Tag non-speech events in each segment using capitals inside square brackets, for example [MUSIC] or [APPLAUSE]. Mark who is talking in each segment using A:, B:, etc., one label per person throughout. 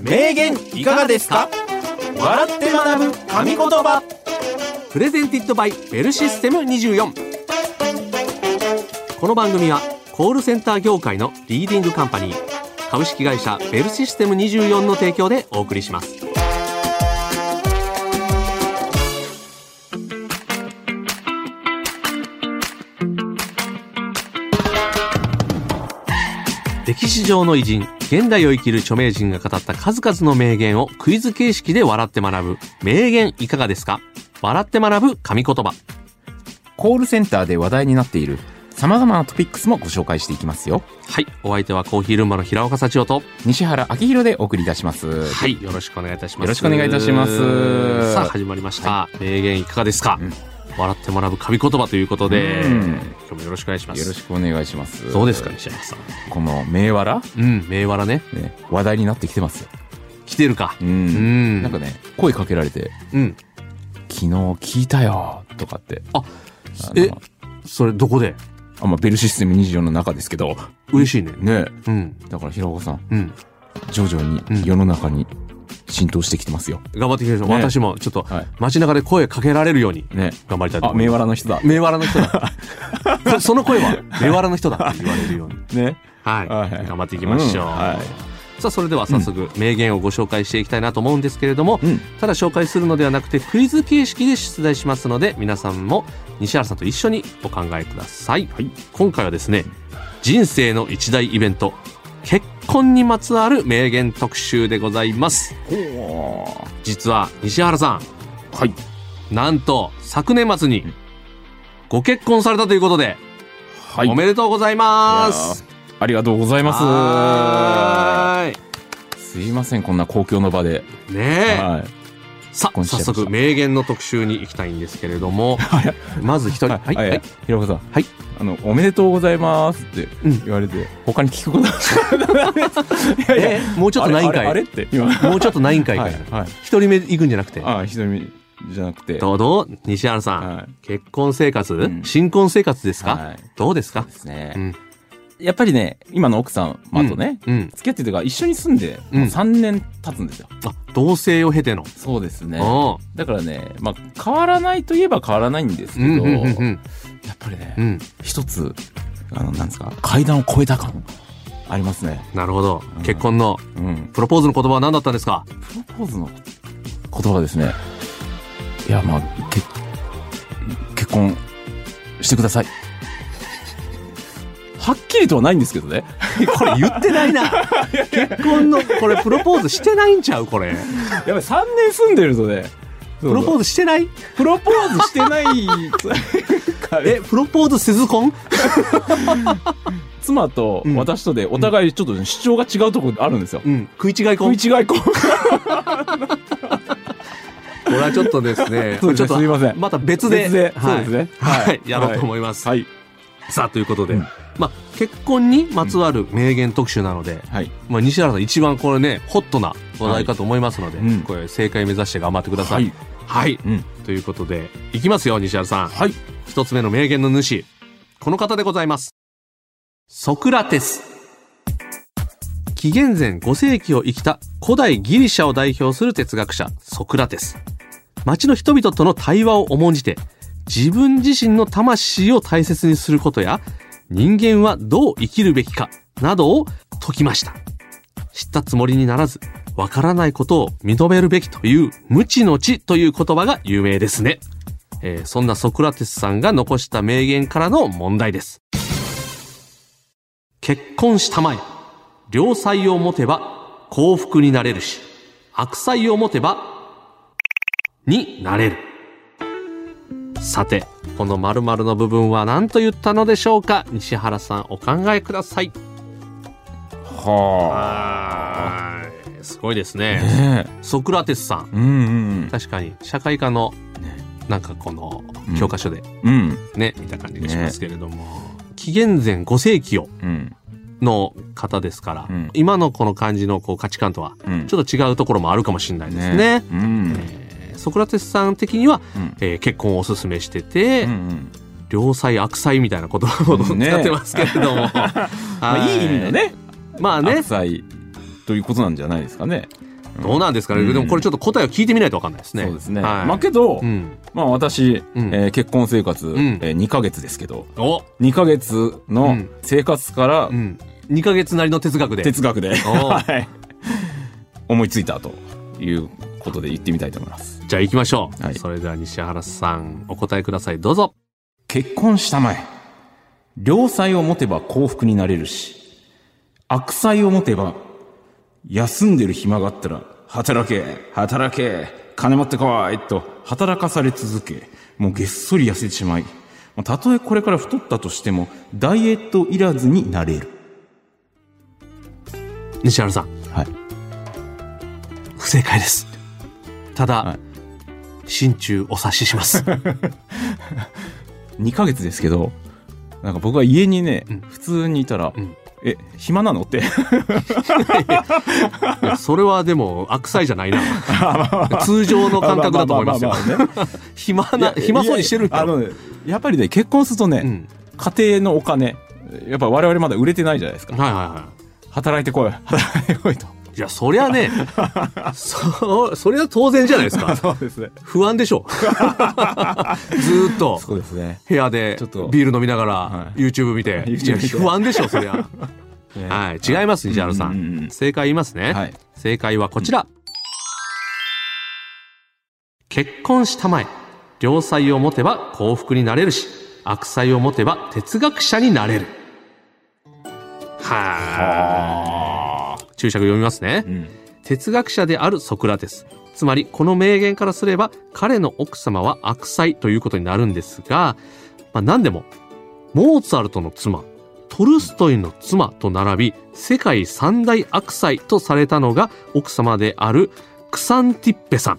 A: 名言いかがですか笑って学ぶ神言葉プレゼンティッドバイベルシステム24この番組はコールセンター業界のリーディングカンパニー株式会社ベルシステム24の提供でお送りします歴史上の偉人、現代を生きる著名人が語った数々の名言をクイズ形式で笑って学ぶ。名言いかがですか笑って学ぶ神言葉。
B: コールセンターで話題になっている様々なトピックスもご紹介していきますよ。
A: はい。お相手はコーヒールームの平岡幸男と。
B: 西原明宏でお送りいたします。
A: はい。よろしくお願いいたします。
B: よろしくお願いいたします
A: さあ、始まりました。名言いかがですか、
B: うん
A: 笑って学ぶ神言葉ということで、
B: うん
A: 今日もよろしくお願いします。
B: よろしくお願いします。
A: どうですか、西山さん。
B: この名わら、
A: うん、名笑ね。
B: ね、話題になってきてますよ。
A: 来てるか。
B: う。
A: うんん。
B: なんかね、声かけられて、
A: うん。
B: 昨日聞いたよとかって。
A: あ
B: の
A: えそれ、どこで
B: あ、まあ、ベルシステム24の中ですけど。
A: 嬉しいね。
B: ね
A: うん。
B: だから平岡さん、
A: うん。
B: 徐々
A: うん
B: に世の中に浸透してきてますよ。
A: 頑張っていきましょう。
B: ね
A: 私もちょっと
B: はい
A: 街中で声かけられるように
B: ね
A: 頑張りたいと
B: あ、
A: 思い
B: 名
A: ま
B: わらの人だ
A: す。。名笑の人
B: [LAUGHS]
A: だ。そ [LAUGHS] その声は名笑の人だって言われるように。
B: ね。
A: はい。
B: はいはい
A: 頑張っていきましょう。
B: うんは
A: さあ、それでは早速名言をご紹介していきたいなと思うんですけれども、
B: うん。
A: ただ紹介するのではなくてクイズ形式で出題しますので、皆さんも西原さんと一緒にお考えください。
B: はい。
A: 今回はですね、人生の一大イベント、結婚にまつわる名言特集でございます。
B: お
A: 実は西原さん、
B: はい。
A: なんと、昨年末に
B: うん、
A: ご結婚されたということで、
B: はい。
A: おめでとうございます。
B: ありがとうございま
A: はー
B: す。すいません、こんな公共の場で。
A: い。ねえ。
B: はい。
A: さあ、
B: 婚しちゃ
A: 早
B: いました
A: 速、名言の特集に行きたいんですけれど
B: [LAUGHS]
A: も、まず一人、はい、はい、。
B: ひろこさん。
A: はい。
B: あの、おめでとうございますって
A: うん
B: 言わ [LAUGHS] れて、他に聞くことはいやいや
A: え、もうちょっとないんか
B: あれあれあれ
A: い。
B: って今。は
A: もうちょっとないんかい
B: い。
A: か。
B: はいい。
A: 一人目行くんじゃなくて。
B: あ、ひとみじゃなくて。
A: どうどう西原さん、
B: はい。
A: 結婚生活、
B: ん
A: 新婚生活ですか、
B: はい
A: どうですか
B: ですね
A: うん。
B: やっぱりね、今の奥さん、まあとね、
A: うん。
B: 付き合ってというか、一緒に住んで、
A: うん
B: 3年経つんですよ。
A: あ、同棲を経ての。
B: そうですね
A: お
B: だからね、まあ、変わらないといえば変わらないんです
A: う
B: けど、
A: んうんうんう
B: や
A: ん。
B: っぱりね、
A: うん。
B: 一つ、あの、なんですか、階段を越えた感、ありますね。
A: なるほど
B: う。ん
A: 結婚の
B: うん。
A: プロポーズの言葉は何だったんですか
B: プロポーズの言葉ですね。いや、まあ、け、結婚してください。 [LAUGHS] はっきりとはないんですけ
A: [LAUGHS]
B: どね。
A: これ言ってない
B: [LAUGHS]
A: な。結婚の、これプロポーズしてないんちゃうこれ。
B: やっぱり3年住んでるとね、
A: プロポーズしてない
B: プロポーズしてない
A: [LAUGHS]
B: から
A: え、プロポーズせず婚
B: 妻と私とでお互いちょっとね主張が違うところあるんですよ。
A: うん。食い違い
B: 食
A: 婚
B: い違い婚。。
A: これはちょっとですね
B: [LAUGHS] そうです
A: ちょ
B: ね
A: っと
B: すいません
A: また別で。
B: 別で
A: はい、
B: そうですね
A: は
B: はいい。
A: やろうと思います。
B: はい。
A: さあ、ということで。
B: うん
A: まあ、結婚にまつわる名言特集なので、
B: はい。
A: まあ、西原さん一番これね、ホットな話題かと思いますので、
B: はいうん
A: これ正解目指して頑張ってください。はい。。
B: うん。
A: ということで、いきますよ、西原さん。
B: はい。
A: 一つ目の名言の主。この方でございます。ソクラテス。紀元前5世紀を生きた古代ギリシャを代表する哲学者、ソクラテス。町の人々との対話を重んじて、自分自身の魂を大切にすることや、人間はどう生きるべきか、などを説きました。知ったつもりにならず、わからないことを認めるべきという無知の知という言葉が有名ですね。えーそんなソクラテスさんが残した名言からの問題です。結婚したまえ。良妻を持てば幸福になれるし、悪妻を持てばになれる。さて、この〇〇の部分は何と言ったのでしょうか西原さんお考えください。
B: は
A: はーい。すごいです
B: あ。
A: ね。
B: ねえ。
A: ソクラテスさん。
B: うんうん
A: 確かに、社会科の、なんかこの、教科書で
B: うん。うん。
A: ね、見た感じがしますけれども、紀元前5世紀を
B: うん。
A: の方ですから、
B: うん
A: 今のこの感じのこう価値観とは
B: うん。
A: ちょっと違うところもあるかもしれないですね。
B: うん。
A: えーソクラテスさん的には、
B: うん
A: えー結婚をおすすめしてて、
B: うん。
A: 良妻悪妻みたいな言葉を
B: うんね [LAUGHS]
A: 使ってますけれども、
B: まあ、
A: はい
B: いい意味のね。
A: まあね
B: 悪妻ということなんじゃないですかね。
A: どうなんですかね、
B: うん
A: でもこれちょっと答えを聞いてみないとわかんないですね。
B: そうですね。
A: はい、
B: まあけど、
A: うん。
B: まあ私、
A: うん
B: えー結婚生活、
A: ん
B: えー2ヶ月ですけど、
A: お
B: 2ヶ月
A: う
B: の
A: ん
B: 生活から
A: うん。2ヶ月なりの哲学で。
B: 哲学で、
A: お
B: [LAUGHS] はい、思いついたということで言ってみたいと思います。
A: じゃあ行きましょう。
B: はい
A: それでは西原さん、お答えください。どうぞ。
B: 結婚したまえ。良妻を持てば幸福になれるし、悪妻を持てば、休んでる暇があったら、働け、働け、金持ってこい、と、働かされ続け、もうげっそり痩せてしまい、まあたとえこれから太ったとしても、ダイエットいらずになれる。
A: 西原さん、
B: はい。
A: 不正解です。ただ、
B: はい
A: 心中お察しします。
B: 2ヶ月ですけど、なんか僕は家にね、普通にいたら、
A: ん
B: え、暇なのって。
A: いや [LAUGHS] それはでも、悪妻じゃない
B: [LAUGHS]
A: な。通常の感覚だと思いますよ
B: まあ。まあまあまあね
A: [LAUGHS] 暇な、暇そうにしてるん
B: いや
A: だ
B: あ
A: ろ。
B: のねやっぱりね結婚するとね、
A: うん
B: 家庭のお金やっぱ我々まだ売れてないじゃないですか
A: はいはいは
B: 働いてこい働いてこいと
A: い。いや、そりゃ
B: [LAUGHS]
A: ね、そ、それは当然じゃないですか。
B: そうですね
A: 不安で
B: [LAUGHS]
A: しょ。ずーっと。
B: そうですね
A: 部屋で
B: ちょっと
A: ビール飲みなが
B: は
A: ら
B: い
A: YouTube 見て、い
B: YouTube
A: や
B: 見て
A: 不安でしょ
B: [LAUGHS]
A: そりゃ
B: ね
A: はい違います西原さ
B: うんうんうんん
A: 正解言いますね、
B: はい
A: 正解はこちら、結婚したまえ良妻を持てば幸福になれるし悪妻を持てば哲学者になれるはあ注釈読みますね、
B: うん
A: 哲学者であるソクラテス。つまり、この名言からすれば、彼の奥様は悪妻ということになるんですが、まあ何でも、モーツァルトの妻、トルストイの妻と並び、世界三大悪妻とされたのが奥様であるクサンティッペさん。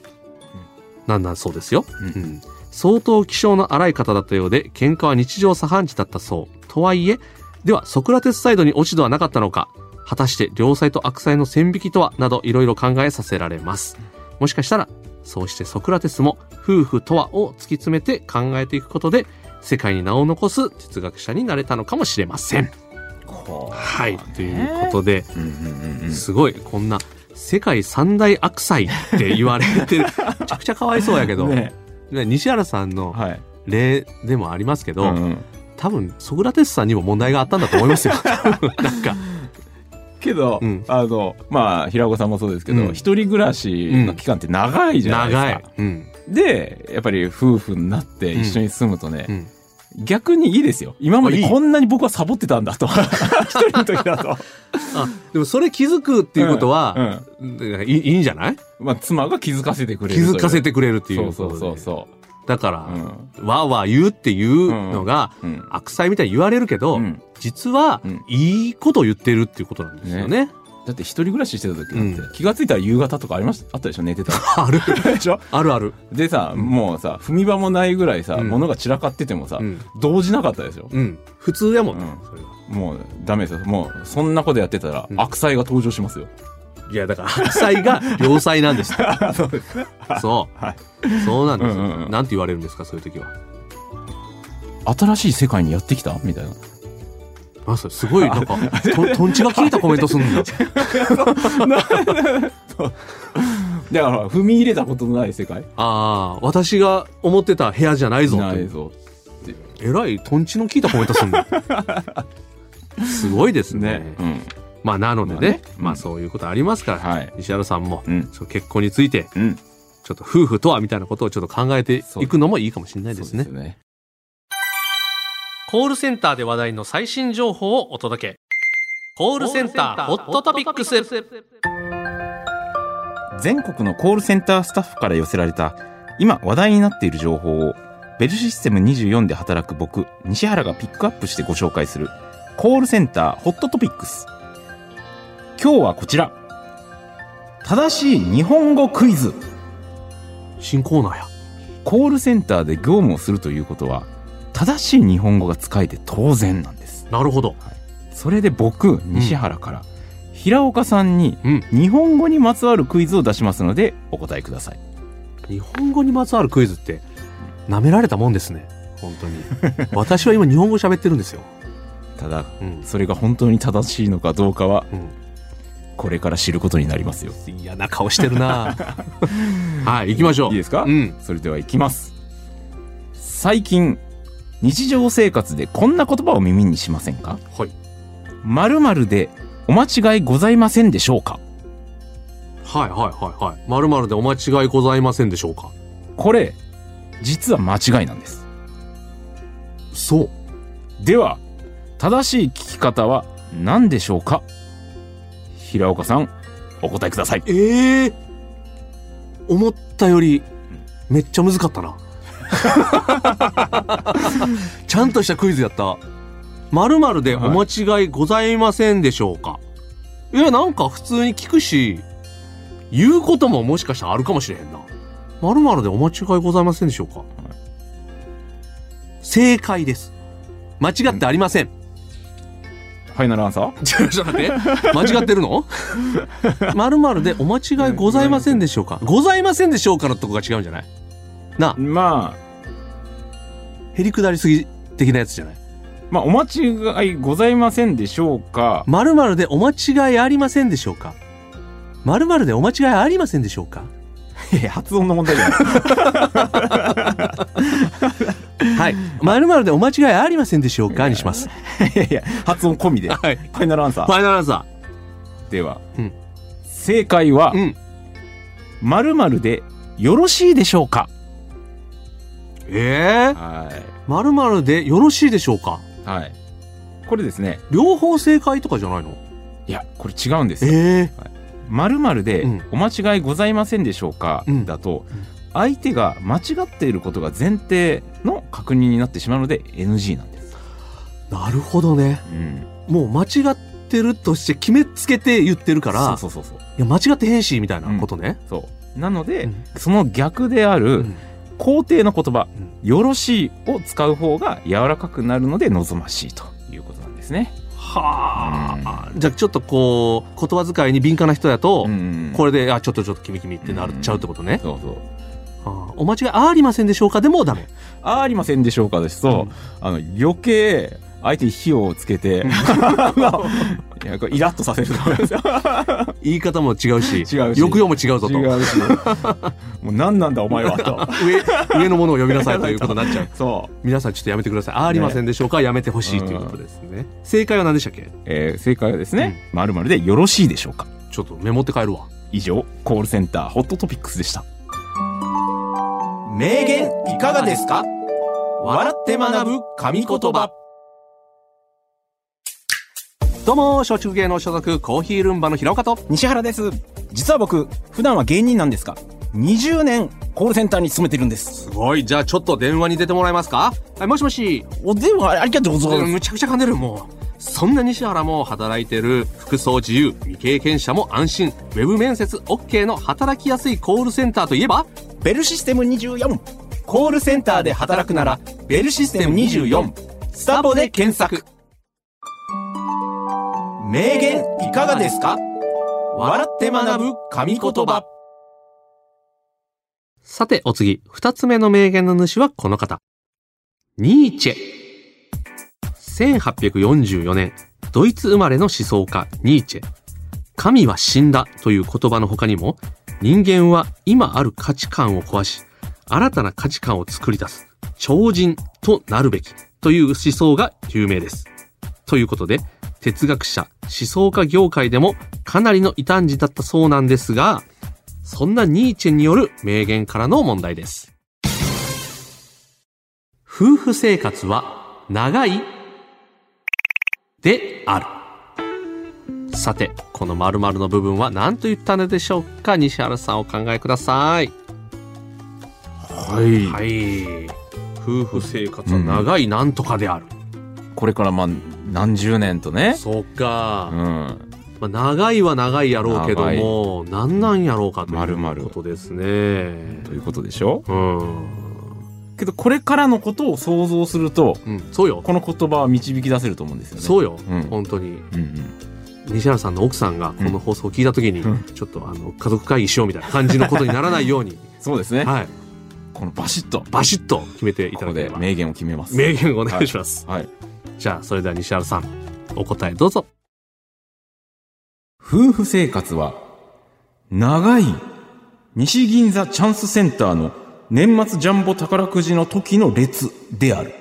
A: なんだそうですよ。
B: うん
A: うん相当気性の荒い方だったようで、喧嘩は日常茶飯事だったそう。とはいえ、ではソクラテスサイドに落ち度はなかったのか果たして良妻と悪妻の線引きとはなどいろいろ考えさせられます。もしかしたら、そうしてソクラテスも夫婦とはを突き詰めて考えていくことで、世界に名を残す哲学者になれたのかもしれません。
B: こ
A: はい。ということで、
B: ううんうんうんうん
A: すごい、こんな、世界三大悪妻って言われて
B: [LAUGHS]
A: る。めちゃくちゃかわいそうやけど、
B: ね
A: ね西原さんの
B: はい
A: 例でもありますけど、
B: うんうん
A: 多分ソクラテスさんにも問題があったんだと思い
B: [LAUGHS]
A: ますよ。なんか、
B: けど、
A: うん
B: あのまあ平子さんもそうですけど、
A: うん
B: 一人暮らしの期間って長いじゃない
A: 長い
B: で。
A: うん。
B: すか、でやっぱり夫婦になって一緒に住むとね、
A: うん
B: 逆にいいですよ今までこんなに僕はサボってたん [LAUGHS] だと一人の時だと
A: あ、でもそれ気づくっていうことは、
B: うん
A: う
B: うん
A: んいいいいんじゃない
B: まあ、妻が気づかせてくれ
A: 気
B: る
A: づかせ
B: て
A: てくれるっていう
B: そうそうそう
A: う。
B: そ
A: だ
B: う、う
A: か
B: ん
A: ら、わーわー言うっていうのが、
B: うん
A: 悪妻みたいに言われるけど、
B: うん
A: 実は
B: うん、
A: いいことを言ってるっていうことなんですよね。
B: だって一人暮らししてた時なんて、
A: う
B: 気がついたら夕方とかありましたあったで
A: [LAUGHS]
B: しょ寝てたら
A: ある、
B: でしょ
A: あるあ
B: [LAUGHS]
A: る。
B: でさ、もうさ踏み場もないぐらいさ、
A: うん
B: 物が散らかっててもさ、
A: うん
B: 動じなかったですよ、
A: うん。普通やもんね、
B: うん
A: それは
B: もうダメですよもうそんなことやってたら、
A: うん
B: 悪妻が登場
A: [LAUGHS]
B: しますよ
A: いや、だから、白菜が良菜なんですって。
B: そうです
A: そう。
B: [LAUGHS] はい
A: そうなんですよ、
B: うんうんうん
A: なんて言われるんですか、そういう時は。
B: 新しい世界にやってきたみたいな
A: あ、それすごい、なんか、
B: [LAUGHS]
A: と、とんちが効いたコメントすんだ。
B: そうだから踏み入れたことのない世界
A: ああ、私が思ってた部屋じゃないぞ
B: な
A: とい。
B: いうぞ
A: えらい、とんちの効いたコメントすん
B: [LAUGHS]
A: だ。すごいですね。
B: ね、うん、
A: まあ、なのでね、ま
B: まあ
A: あ、
B: ねうん
A: そういうことありますから、
B: はい
A: 西原さんも、
B: うん
A: その結婚について、
B: うん
A: ちょっと夫婦とはみたいなことをちょっと考えていくのもいいかもしれないですね。
B: そうね
A: コールセンターで話題の最新情報をお届け。コールセンターホットトピックス。
B: 全国のコールセンタースタッフから寄せられた今話題になっている情報をベルシステム24で働く僕西原がピックアップしてご紹介するコールセンターホットトピックス今日はこちら正しい日本語クイズ
A: 新コーナーや。
B: コールセンターで業務をするということは正しい日本語が使えて当然なんです
A: なるほど。
B: それで僕西原から、平岡さんに
A: うん。
B: 日本語にまつわるクイズを出しますのでお答えください
A: 日本語にまつわるクイズって、舐められたもんですね。本当
B: [LAUGHS]
A: に。私は今日本語喋ってるんですよ。
B: ただ
A: うん。
B: それが本当に正しいのかどうかは
A: うん。
B: これから知ることになりますよ
A: 嫌な顔してるな [LAUGHS] はい行きましょう
B: いいですか
A: うん
B: それではいきます最近日常生活でこんな言葉を耳にしませんか
A: はい
B: 〇〇でお間違いございませんでしょうか
A: はいはいはいはいまるまるでお間違いございませんでしょうか
B: これ実は間違いなんです
A: そう
B: では正しい聞き方は何でしょうか平岡さんお答えください
A: ええ思ったよりめっちゃ難かったな [LAUGHS] ちゃんとしたクイズやったまるまるでお間違いございませんでしょうか、い、やなんか普通に聞くし言うことももしかしたらあるかもしれへんなまるまるでお間違いございませんでしょうか、正解です間違ってありません、
B: ファイナルアンサー
A: ちょっと待って。間違ってるのまるまるでお間違いございませんでしょうかございませんでしょうかのとこが違うんじゃないなあ、
B: ま
A: へりくだりすぎ的なやつじゃない
B: あまあお間違いございませんでしょうか
A: まるまるでお間違いありませんでしょうかまるまるでお間違いありませんでしょうか
B: いや発音の問題じ
A: [LAUGHS]
B: ゃない
A: はい。まるまるでお間違いありませんでしょうかにします。
B: いやいや発音込みでフ
A: はい。フ
B: ァイナルアンサー
A: ァイナルアンサ
B: では、
A: うん
B: 正解は
A: ー。うん。
B: 〇〇でよろしいでしょうか
A: ええ
B: はい
A: まるまるでよろしいでしょうか
B: はいこれですね
A: 両方正解とかじゃないの
B: いやこれ違うんですよ
A: ええ
B: まるまるで
A: うん
B: お間違いございませんでしょうか、
A: うん
B: だと
A: うん
B: 相手が間違っていることが前提の確認になってしまうので NG なんです、
A: なるほどね。
B: うん、
A: もう間違ってるとして決めつけて言ってるから、
B: そうそうそうそう
A: いや間違ってへんしみたいなことね。
B: そうなので、
A: うん
B: その逆であ
A: う
B: る
A: ん
B: 肯定の言葉「
A: うん
B: よろしい」を使う方が柔らかくなるので望ましいということなんですね。
A: はあ、じゃあちょっとこう言葉遣いに敏感な人だと、
B: うん
A: これで「あちょっとちょっと君君」ってなっちゃうってことね、
B: そうそう
A: はあお間違いありませんでしょうかでもダメ
B: ありませんでしょうかですと、
A: うん
B: あの余計相手に火をつけて、いやこれイラッとさせると思いますよ
A: 言い方も違うし
B: 違うし
A: 抑揚も違うぞと
B: 違うしもう何なんだお前
A: [LAUGHS]
B: はと
A: 上上のものを呼びなさいということに [LAUGHS] なっちゃう
B: そう、
A: 皆さんちょっとやめてくださいありませんでしょうかやめてほしいということですね、正解は何でしたっけ
B: えー正解はですね「まるまるでよろしいでしょうか
A: ちょっとメモって帰るわ
B: 以上コールセンターホットトピックスでした
A: 名言いかがです
B: か
A: 笑って学ぶ神言葉どうも小中芸能所属コーヒールンバの平岡と
B: 西原です実は僕普段は芸人なんですが20年コールセンターに勤めてるんです
A: すごいじゃあちょっと電話に出てもらえますかはいもしもし
B: おではありがとうございます
A: むちゃくちゃ噛んでるもうそんな西原も働いてる服装自由未経験者も安心ウェブ面接 OK の働きやすいコールセンターといえば
B: ベルシステム24コールセンターで働くならベルシステム24スタボで検索名言いかがですか笑って学ぶ神言葉
A: さて、お次、二つ目の名言の主はこの方。ニーチェ。1844年、ドイツ生まれの思想家、ニーチェ。神は死んだという言葉の他にも、人間は今ある価値観を壊し、新たな価値観を作り出す、超人となるべきという思想が有名です。ということで、哲学者、思想家業界でもかなりの異端児だったそうなんですが、そんなニーチェによる名言からの問題です。夫婦生活は長いである。さて、この〇〇の部分は何と言ったのでしょうか西原さんお考えください。
B: はい、
A: い。夫婦生活は長いなんとかである。
B: これからまあ何十年とね
A: そうか
B: う。ん
A: まあ、長いは長いやろうけど
B: 長い
A: も、何なんやろうかと
B: 丸々
A: いうことですね。
B: ということでしょ
A: うん。
B: けどこれからのことを想像すると
A: うん、そうよ。
B: この言葉は導き出せると思うんですよね
A: そうよ、
B: うん
A: 本当に
B: うんうん
A: 西原さんの奥さんがこの放送を聞いた時に、
B: うん
A: ちょっとあの家族会議しようみたいな感じのことにならないように、
B: そうです [LAUGHS] ね
A: はい、
B: このバシッと
A: バシッと決めてい
B: こ
A: た
B: こ
A: だけれ
B: で
A: ば
B: 名言を決めます
A: 名言をお願いします、
B: はい
A: じゃあそれでは西原さんお答えどうぞ
B: 夫婦生活は、長い西銀座チャンスセンターの年末ジャンボ宝くじの時の列である。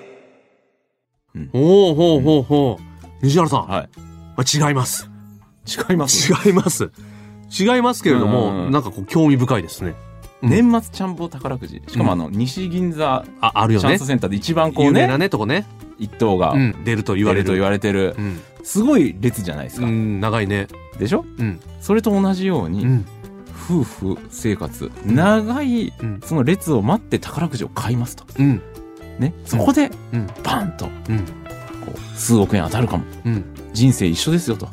A: ほうほうほうほう。西原さん。
B: はい。
A: まあ違います。 [LAUGHS]
B: 違います。
A: 違います。違いますけれど
B: うんう
A: も、
B: ん
A: なんかこう、興味深いですね。
B: [LAUGHS] 年末ジャンボ宝くじ。しかもあの、西銀座
A: あ、あるよ
B: チャン
A: ね
B: ス。センターで一番こ
A: 有
B: う
A: 名な
B: ね、
A: ね、とこね。
B: 一等が
A: うん。出ると言
B: 言
A: わ
B: わ
A: れる。
B: れると言われてる
A: う。ん。
B: すごい列じゃないです
A: う
B: か。
A: ん、長いね。
B: でしょ
A: うん。
B: それと同じよう
A: う
B: に、
A: ん。
B: 夫婦生活、長い
A: うん。
B: その列を待って宝くじを買いますと。
A: うん。
B: ね。そこで、
A: うん。
B: バンと、こ
A: うん。
B: う、数億円当たるかも。
A: うん。
B: 人生一緒ですよと。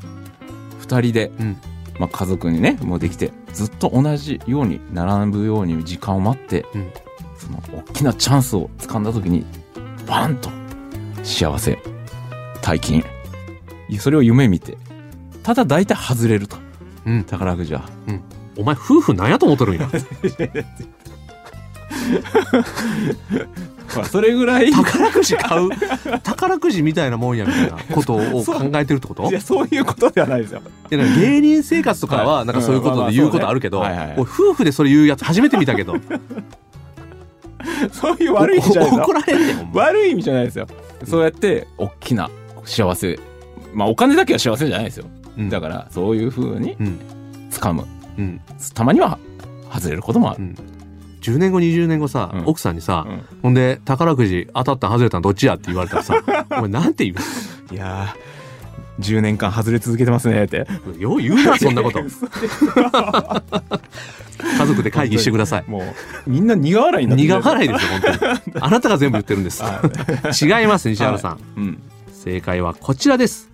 B: 二人で、
A: うん。
B: まあ、家族にね、もうできて、ずっと同じように、並ぶように時間を待って、
A: うん
B: その大きなチャンスを掴んだ時に、バンと、幸せ、大金、いそれを夢見て、ただ大体外れると。
A: うん。
B: 宝くじは。
A: お前、夫婦なんやと思ってるんや。
B: まあそれぐらい、
A: [LAUGHS]
B: い
A: 宝くじ買う。宝くじみたいなもんやみたいなことを考えてるってこと
B: や、そういうことではないですよ。
A: いやなんか芸人生活とか
B: は
A: は、
B: い
A: なんかそういうことで言うことあるけど、
B: うんまあまあそうね
A: 俺夫婦でそれ言うやつ初めて見たけど、 [LAUGHS]
B: そういう悪い意味じゃないですよ
A: 怒。られんねん、ほんま
B: 悪い意味じゃないですよ。そうやって、大きな幸せ。まあ、お金だけは幸せじゃないですよ。
A: うん
B: だから、そういう風に
A: うん。
B: 掴む。
A: うん。
B: たまには、外れることもある。
A: 10年後、20年後さ、
B: うん
A: 奥さんにさ、
B: うん
A: ほんで、宝くじ当たったん外れたんどっちやって言われたら [LAUGHS] さ、お前なんて言
B: いやー、10年間外れ続けてますねって。
A: うよう言うな、 [LAUGHS] そんなこと。家族で会議して [LAUGHS] ください。
B: もう、みんな苦笑いになって
A: 苦
B: い。
A: 笑いですよ、本当に。あなたが全部言ってるんです。違います、西原さん。
B: うん。
A: 正解はこちらです。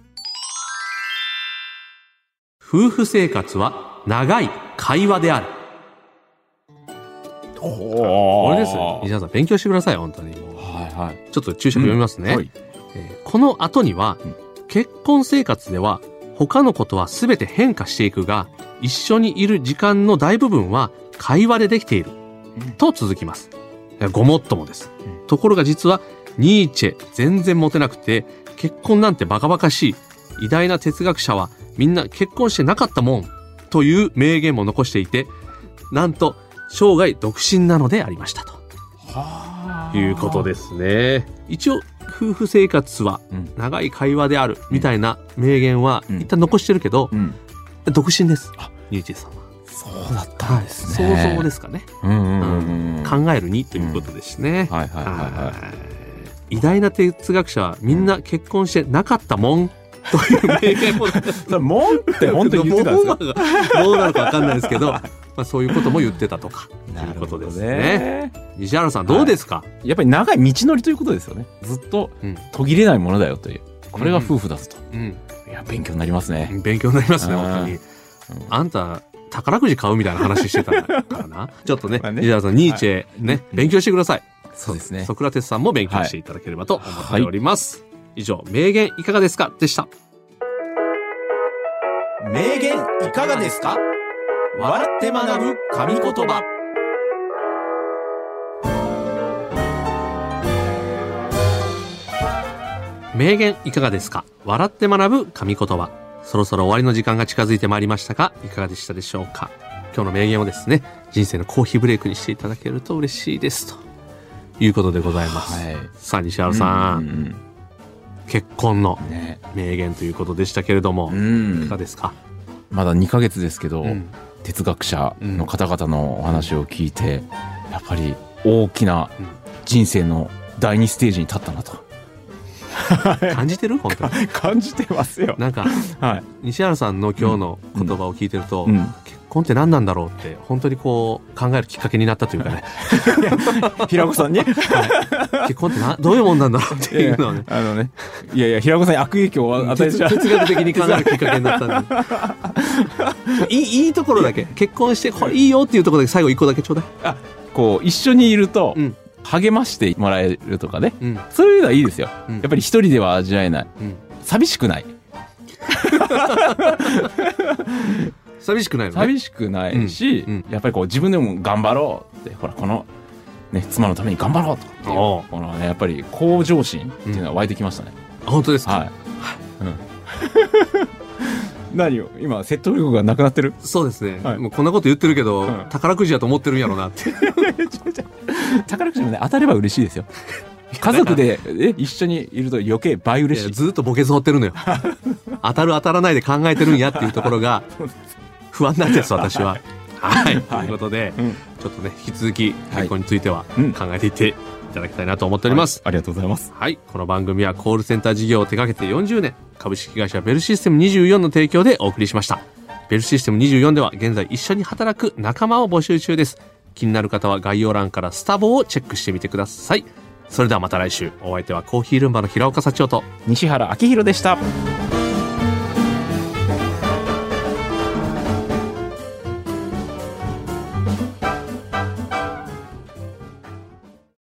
A: 夫婦生活は長い会話である。
B: ほ
A: これ
B: ー
A: です。西
B: は
A: 原さん、勉強してください、本当に。ちょ
B: いはい。
A: っと注釈読みますね。
B: はい
A: えーこの後には
B: うん、
A: 結婚生活では、他のことは全て変化していくが、一緒にいる時間の大部分は会話でできている。と続きます。いやごもっともです
B: う。
A: ところが実は、ニーチェ全然モテなくて、結婚なんてバカバカしい。偉大な哲学者はみんな結婚してなかったもん。という名言も残していて、なんと、生涯独身なのでありましたと。
B: はー
A: いうことですね。一応、夫婦生活は
B: うん。
A: 長い会話であるみたいな名言は
B: うん
A: 一旦残してるけど、
B: うん。
A: 独身です
B: あ。
A: ニーチェさんは。
B: そうだったんです
A: 想
B: ね。。
A: 像ですすかね。
B: うんうんうんうん。
A: 考えるにということですね。
B: はいはいはいはい。
A: 偉大な哲学者はみんな結婚してなかったもん、
B: [LAUGHS]
A: という名言も
B: それ、もんって本当に言ってたんですか
A: どうなのかどうなのか分かんないですけど、まあ、そういうことも言ってたと
B: [LAUGHS]
A: かということですね。。西原さんどうですか、
B: やっぱり長い道のりということですよね。ずっと
A: うん
B: 途切れないものだよという。これが夫婦だと。
A: う
B: いや、勉強になりますね。
A: [LAUGHS] ん、勉強になりますね
B: あー
A: 本当に。あんた宝くじ買うみたいな話してたから
B: [LAUGHS]
A: なちょっとね
B: まあね
A: 西原さんニーチェね、
B: うん
A: 勉強してください、
B: そうですね
A: ソ。クラテスさんも勉強していただければと思っております、以上名言いかがですかでした
B: 名言いかがですか笑って学ぶ神言葉。
A: 名言いかがですか笑って学ぶ神言葉そろそろ終わりの時間が近づいてまいりましたがいかがでしたでしょうか今日の名言をですね人生のコーヒーブレイクにしていただけると嬉しいですということでございます、
B: はい。
A: さあ西原さん、
B: ん。
A: 結婚の
B: ね。
A: 名言ということでしたけれども、
B: う
A: い
B: ん
A: かが。ですか、
B: まだ2ヶ月ですけど、
A: うん
B: 哲学者の方々のお話を聞いて、やっぱり大きな
A: うん
B: 人生の第二ステージに立ったなと。
A: 感じてる本当に
B: [LAUGHS] 感じてますよ。
A: なんか
B: はい。
A: 西原さんの今日の言葉を聞いてると、
B: うん。
A: 結婚って何なんだろうって本当にこう考えるきっかけになったというかね
B: 平子さ [LAUGHS] んに
A: 結婚ってなどういうもんなんだろうっていうのをね
B: あのね。いやいや、平子さんに悪影響を与え
A: 哲
B: [LAUGHS] ちゃう。
A: 哲学的に考えるきっかけになったんでいいいいところだけ結婚してこれいいよっていうところだけ最後一個だけちょうだい、
B: あ、 [LAUGHS] こう、一緒にいると
A: うん、
B: 励ましてもらえるとかね。
A: うん
B: そういうのはいいですよ。
A: うん
B: やっぱり一人では味わえない。
A: うん、
B: 寂しくない。
A: 寂しくないのね
B: 寂しくないし、
A: うん
B: やっぱりこう自分でも頑張ろうってほらこの、ね、妻のために頑張ろうとかっていう
A: お
B: こ
A: う
B: の、ね、やっぱり向上心っていうのは湧いてきましたね、
A: あ本当ですか、
B: はい、うん [LAUGHS] 何を今説得力がなくなってる
A: そうですね、
B: はい
A: もうこんなこと言ってるけど、
B: うん
A: 宝くじやと思ってるんやろうなって
B: 宝くじもね当たれば嬉しいです [LAUGHS] よ家族でえ一緒にいると余計倍
A: い
B: 嬉
A: や
B: しい
A: ずっとボケず掘ってるの
B: [LAUGHS]
A: よ当たる当たらないで考えてるんやっていうところ
B: [LAUGHS]
A: が不安なんです私は。はい、ということで、
B: うん
A: ちょっとね引き続き
B: はい
A: 結婚については
B: うん
A: 考えていっていただきたいなと思っております。
B: ありがとうございます
A: はい、この番組はコールセンター事業を手掛けて40年株式会社ベルシステム24の提供でお送りしましたベルシステム24では現在一緒に働く仲間を募集中です気になる方は概要欄からスタボをチェックしてみてくださいそれではまた来週お相手はコーヒールンバの平岡社長と
B: 西原明宏でした